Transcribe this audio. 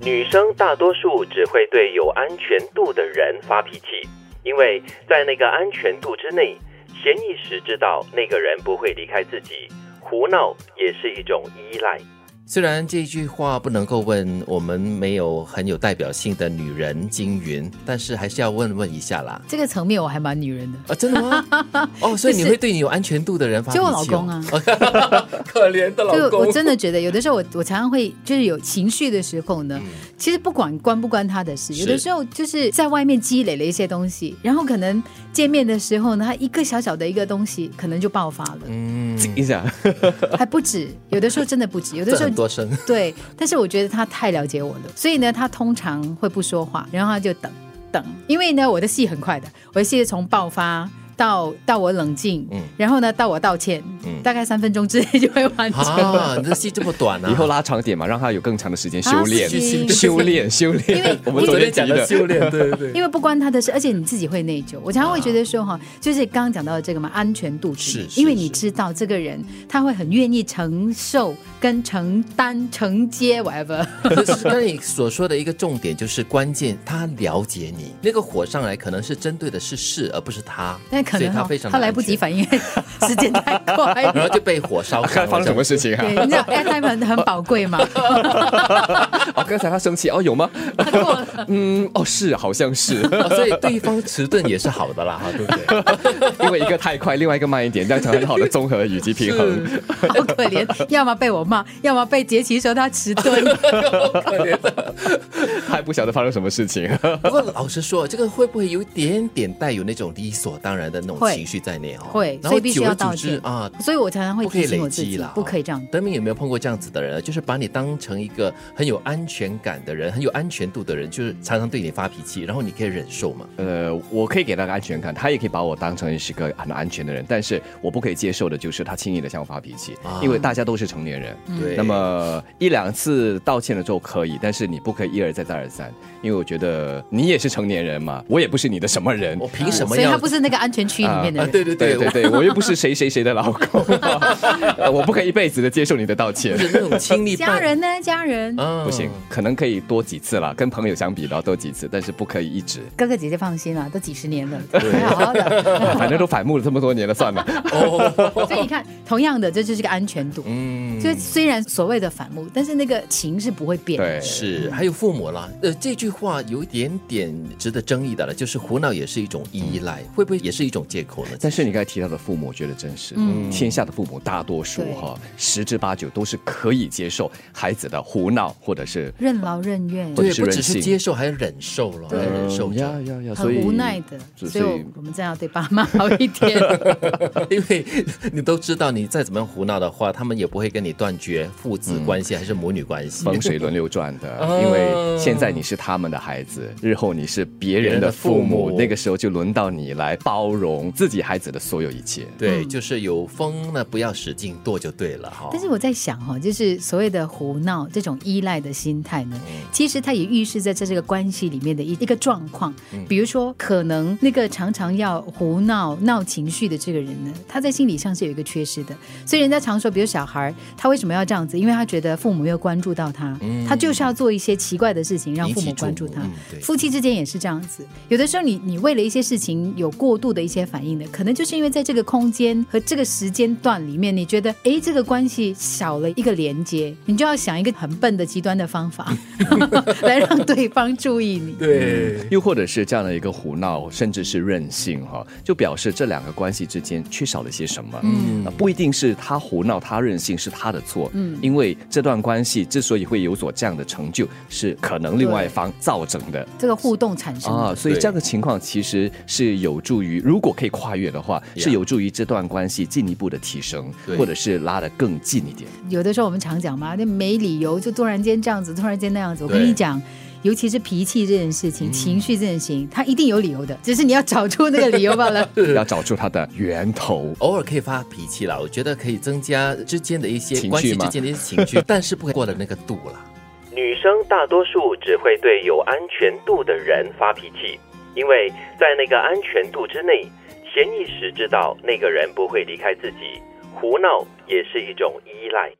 女生大多数只会对有安全度的人发脾气，因为在那个安全度之内，潜意识知道那个人不会离开自己，胡闹也是一种依赖。虽然这句话不能够问我们没有很有代表性的女人金云，但是还是要问问一下啦。这个层面我还蛮女人的。 啊，真的 吗？哦，所以你会对你有安全度的人发脾气、就哦？我老公 啊可怜的这老个公。我啊真的觉得，有的时候我我常常会就是有情绪的时候呢，其实不管关不关他的事，嗯是有的时候就是在外面积累了一些东西，然后可能见面的时候呢，他一个小小的一个东西可能就爆发了，嗯，一下，还不止，有的时候真的不止，有的这时候很多 声。对，但是我觉得他太了解我了，所以呢，他通常会不说话，然后他就等等，因为呢，我的戏很快的，我的戏是从爆发。到到我冷静，嗯然后呢，到我道歉，嗯大概三分钟之内就会完 成。啊，你的戏这么短啊！以后拉长点嘛，让他有更长的时间修炼 啊是是，修 炼，因修为炼。我们我昨昨天天讲讲的的，修 炼，对对对，因为不关他的事，而且你自己会内疚。我常常会觉得说哈，就是刚刚讲到的这个嘛，安全度之内是，是因为你知道这个人他会很愿意承受、跟承担、承 接 whatever。可是刚才你所说的一个重点就是关键，他了解你。那个火上来可能是针对的是事，而不是他，但可所以哦能他哈非，常他来不及反应， 时间太快应，然后了。就被火烧伤 看了。发生什么事情啊对，？你知道 airtime 很很宝贵 嘛？ 哦，刚才他生气，哦，有吗？他过了，嗯，哦，是，好像是，哦所以对方迟钝也是好的啦，哈，对不对？因为一个太快，另外一个慢一点，这样才很好的综合以及平衡。好可怜，要么被我骂，要么被杰奇说他迟钝。 他还不晓得发生什么事情。不过老实说，这个会不会有一点点带有那种理所当然的那种会情绪在内哦？ 会然所后以必须久而要久道之歉啊。所以我常常会不可以提醒累我自积己啦，，不可以这样哦。德明有没有碰过这样子的人？就是把你当成一个很有安全感的人，很有安全度的人，就是常常对你发脾气，然后你可以忍受嘛？呃，我可以给他个安全感，他也可以把我当成是个很安全的人，但是我不可以接受的就是他轻易的向我发脾气，啊因为大家都是成年人。对，那么一两次道歉了之后可以，但是你不可以一而再再而三，因为我觉得你也是成年人嘛，我也不是你的什么人我。凭什么嗯所以要？他不是那个安全区里面的啊，人。对哦对对对对对，我又不是谁谁谁的老公，呃我不可以一辈子的接受你的道歉我，是那种亲密伴家人呢？家人，啊不行，可能可以多几次啦，跟朋友相比了多几次，但是不可以一直，哥哥姐姐放心了，都几十年了， 好好的。反正都反目了这么多年了，算 了。哦，所以你看，同样的，这就是个安全度。嗯，就虽然所谓的反目，但是那个情是不会变的。对，是，还有父母啦。呃，这句话有一点点值得争议的了，就是胡闹也是一种依赖，会不会也是一种借口呢？但是你刚才提到的父母，我觉得真是，嗯天下的父母大多数对哈，十之八九都是可以接受孩子的胡闹，或者是任劳任怨，或者对，是不只任是性接受，还忍受了，还忍受嗯着。呀呀呀，所很以无奈的。所以所以我我们真的要对爸妈好 一点。因为你都知道，你再怎么样胡闹的话，他们也不会跟你断绝父子关系还是母女关系。风水轮流转的哦，因为现在你是他们的孩子，日后你是别人的父别人的父母母，那个时候就轮到你来包容自己孩子的所有一切。对，就是有风呢，不要使劲跺就对了哈。但是我在想哈、就是所谓的胡闹这种依赖的心态呢，嗯其实它也预示在这这个关系里面的一一个状况。嗯比如说，可能那个常常要胡闹闹情绪的这个人呢，他在心理上是有一个缺失的。所以人家常说，比如小孩儿他为什么要这样子？因为他觉得父母没有关注到他，他就是要做一些奇怪的事情让引父嗯起母关注注他。目嗯对夫妻之间也是这样子，有的时候你你为了一些事情有过度的一些反应的，可能就是因为在这个空间和这个时间段里面，你觉得诶这个关系少了一个连接，你就要想一个很笨的极端的方法 来让对方注意你。对，又或者是这样的一个胡闹，甚至是任性哈、就表示这两个关系之间缺少了些什么。嗯，不一定是他胡闹，他任性是他的错。嗯，因为这段关系之所以会有所这样的成就，是可能另外一方造成的。这个互动产生的啊，所以对这样的情况其实是有助于，如果可以跨越的话， Yeah 是有助于这段关系进一步的提升对，或者是拉得更近一点。有的时候我们常讲嘛，那没理由就突然间这样子，突然间那样子。我对跟你讲，尤其是脾气这件事情、情绪这件事情，它一定有理由的，只是你要找出那个理由罢了。要找出它的源头。偶尔可以发脾气啦，我觉得可以增加之间的一些情绪关系吗之间的一些情绪， 但是不可以过了那个度啦。女生大多数只会对有安全度的人发脾气，因为在那个安全度之内，潜意识知道那个人不会离开自己，胡闹也是一种依赖。